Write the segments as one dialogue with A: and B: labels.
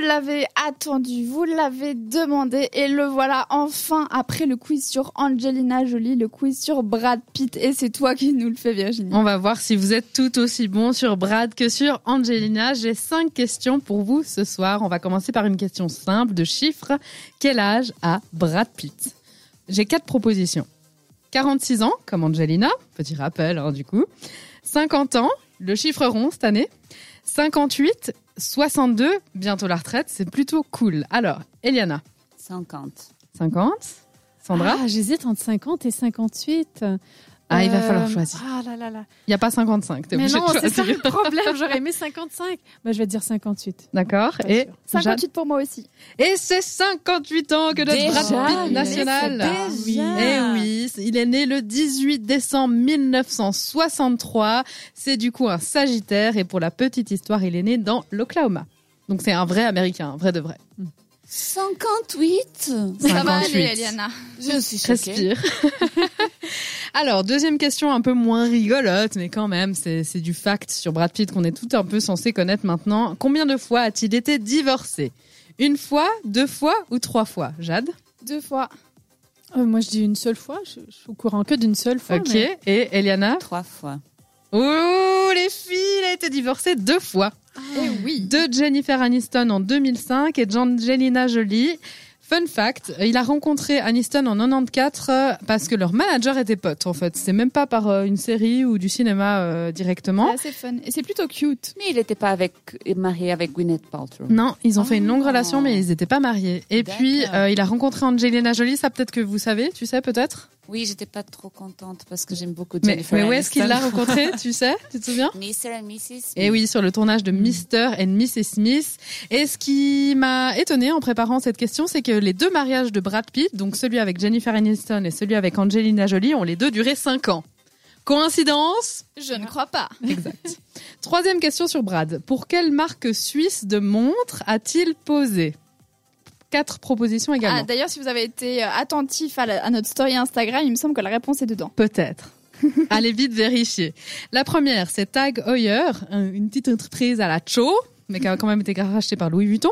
A: l'avez attendu, vous l'avez demandé et le voilà enfin après le quiz sur Angelina Jolie, le quiz sur Brad Pitt et c'est toi qui nous le fais Virginie.
B: On va voir si vous êtes tout aussi bon sur Brad que sur Angelina. J'ai cinq questions pour vous ce soir. On va commencer par une question simple de chiffres. Quel âge a Brad Pitt J'ai quatre propositions. 46 ans, comme Angelina, petit rappel hein, du coup. 50 ans, le chiffre rond cette année. 58, 62, bientôt la retraite, c'est plutôt cool. Alors, Eliana,
C: 50.
B: 50, Sandra,
D: Ah, J'hésite entre 50 et 58.
B: Ah, il va
D: Euh,
B: falloir choisir.
D: Ah là là là.
B: il n'y a pas 55, t'es
D: Mais
B: obligée
D: non,
B: de
D: c'est ça
B: choisir.
D: le problème. J'aurais aimé 55. Bah, je vais dire 58.
B: D'accord,
D: Pas
B: et,
D: sûr.
B: Jade
A: 58 pour moi aussi.
B: et c'est 58 ans que notre
C: Déjà,
B: Brad Pitt
C: mais
B: national.
C: c'est déjà.
B: Eh oui, il est né le 18 décembre 1963. C'est du coup un Sagittaire et pour la petite histoire, il est né dans l'Oklahoma. Donc c'est un vrai Américain, un vrai de vrai.
C: 58
A: Ça va
B: 58.
A: aller Eliana.
C: Je suis choquée.
B: Respire. Alors, deuxième question un peu moins rigolote, mais quand même, c'est c'est du fact sur Brad Pitt qu'on est tout un peu censé connaître maintenant. Combien de fois a-t-il été divorcé Une fois, deux fois ou trois fois Jade
A: Deux fois.
D: Euh, moi, je dis une seule fois. Je, je suis au courant que d'une seule fois.
B: Ok.
D: mais-
B: Et Eliana
C: Trois fois.
B: Oh, les filles, il a été divorcé deux fois.
C: Eh
A: Et oui.
B: De Jennifer Aniston en 2005 et d'Angelina Jolie. Fun fact, il a rencontré Aniston en 94 euh, parce que leur manager était pote en fait. C'est même pas par euh, une série ou du cinéma euh, directement.
A: C'est assez fun. Et c'est plutôt cute.
C: Mais il n'était pas avec, marié avec Gwyneth Paltrow.
B: Non, ils ont fait une longue
C: Ah.
B: relation, mais ils n'étaient pas mariés. Et
C: D'accord.
B: puis, euh, il a rencontré Angelina Jolie, ça peut-être que vous savez, tu sais peut-être
C: Oui, j'étais pas trop contente parce que j'aime beaucoup
B: mais,
C: Jennifer
B: mais où est-ce qu'il l'a
C: Aniston.
B: rencontrée, tu sais Tu te souviens
C: Mr. and Mrs.
B: Et Eh oui, sur le tournage de Mr. and Mrs. Smith. Et ce qui m'a étonné en préparant cette question, c'est que les deux mariages de Brad Pitt, donc celui avec Jennifer Aniston et celui avec Angelina Jolie, ont les deux duré 5 ans. Coïncidence
A: Je ne crois pas.
B: Exact. Troisième question sur Brad. Pour quelle marque suisse de montre a-t-il posé Quatre propositions également.
A: Ah, D'ailleurs, si vous avez été euh, attentif à, la- à notre story Instagram, il me semble que la réponse est dedans.
B: Peut-être. Allez vite vérifier. La première, c'est Tag Heuer, un- une petite entreprise à la Cho, mais qui a quand même été rachetée par Louis Vuitton.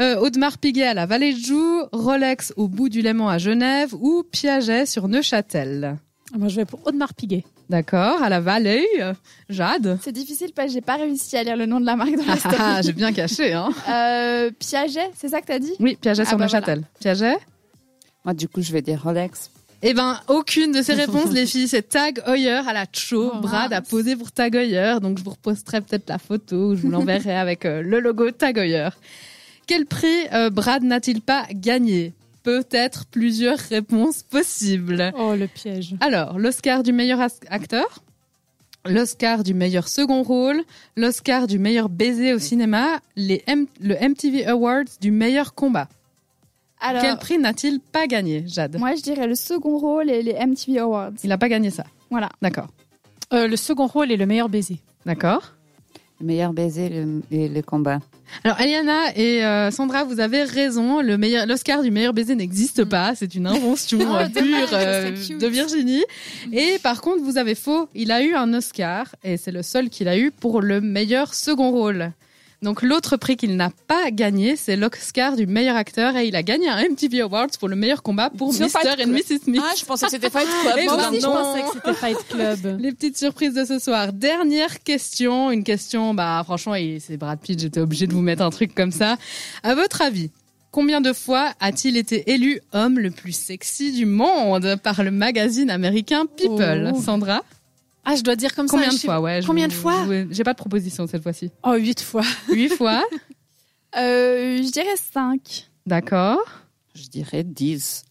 B: Euh, Audemars Piguet à la Vallée de Joux, Rolex au bout du Léman à Genève ou Piaget sur Neuchâtel.
D: Ah, Moi, je vais pour Audemars Piguet.
B: D'accord, à la Vallée, euh, Jade.
A: C'est difficile parce que j'ai pas réussi à lire le nom de la marque dans la
B: Ah,
A: story.
B: ah, j'ai bien caché, hein.
A: Euh, Piaget, c'est ça que t'as dit
B: Oui, Piaget
A: Ah,
B: sur
A: bah
B: Neuchâtel. Piaget
C: Moi, du coup, je vais dire Rolex.
B: Eh ben, aucune de ces réponses, les filles. C'est Tag Heuer à la Cho.
D: Oh,
B: Brad a
A: mince.
B: posé pour Tag Heuer. Donc, je vous reposterai peut-être la photo ou je vous l'enverrai avec euh, le logo Tag Heuer. Quel prix euh, Brad n'a-t-il pas gagné Peut-être plusieurs réponses possibles.
D: Oh, le piège.
B: Alors, l'Oscar du meilleur as- acteur, l'Oscar du meilleur second rôle, l'Oscar du meilleur baiser au cinéma, les M- le MTV Awards du meilleur combat.
A: Alors,
B: Quel prix n'a-t-il pas gagné, Jade
A: Euh, moi je dirais le second rôle et les MTV Awards.
B: Il n'a pas gagné ça.
A: Voilà.
B: D'accord.
D: Euh, le second rôle est le meilleur baiser.
B: D'accord.
C: Le meilleur baiser le- et le combat.
B: Alors Eliana et euh, Sandra, vous avez raison. Le meilleur, l'Oscar du meilleur baiser
C: Mm.
B: n'existe pas. C'est une invention
A: Oh,
B: euh,
A: dommage,
B: pure
A: ça
B: euh,
A: serait cute.
B: de Virginie. Et par contre, vous avez faux. Il a eu un Oscar et c'est le seul qu'il a eu pour le meilleur second rôle. Donc l'autre prix qu'il n'a pas gagné, c'est l'Oscar du meilleur acteur et il a gagné un MTV Awards pour le meilleur combat pour
C: Sur Fight
B: Mr. and
C: Club. Ah,
B: Mrs. Smith.
C: je pensais que c'était Fight Club.
B: Et
D: Moi
B: ben
D: aussi, je
B: non.
D: pensais que c'était Fight Club.
B: Les petites surprises de ce soir. Dernière question, une question, bah franchement, il- c'est Brad Pitt, j'étais obligée de vous mettre un truc comme ça. À votre avis, combien de fois a-t-il été élu homme le plus sexy du monde par le magazine américain People
D: Oh.
B: Sandra,
D: Ah, je dois dire comme
B: combien
D: ça.
B: de
D: je sais-
B: fois ouais, je
D: Combien
B: vous-
D: de fois
B: je vous- J'ai pas de proposition cette fois-ci.
D: Oh, huit fois.
B: Huit fois,
A: Euh, je dirais 5.
B: d'accord.
C: Je dirais 10.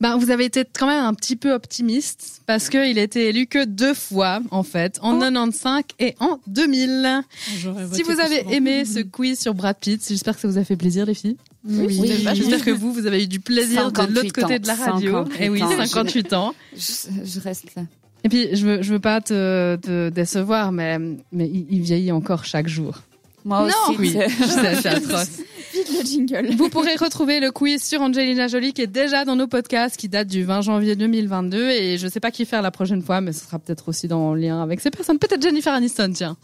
B: Ben, vous avez été quand même un petit peu optimiste parce qu'il a été élu que deux fois, en fait, en 95 et en 2000. Si vous avez aimé ce quiz sur Brad Pitt, j'espère que ça vous a fait plaisir, les filles.
C: Oui.
B: J'espère que vous, vous avez eu du plaisir de
C: 58
B: l'autre côté
C: ans.
B: de la radio.
C: 58
B: Et oui,
C: ans.
B: 58 ans.
C: Je, je reste là.
B: Et puis, je veux, je veux pas te, te décevoir, mais, mais il, il vieillit encore chaque jour.
C: Moi
A: Non.
C: aussi.
B: Oui,
C: c'est-
B: je sais, c'est atroce.
A: Vite le jingle.
B: Vous pourrez retrouver le quiz sur Angelina Jolie qui est déjà dans nos podcasts, qui date du 20 janvier 2022. Et je sais pas qui faire la prochaine fois, mais ce sera peut-être aussi dans le lien avec ces personnes. Peut-être Jennifer Aniston, tiens.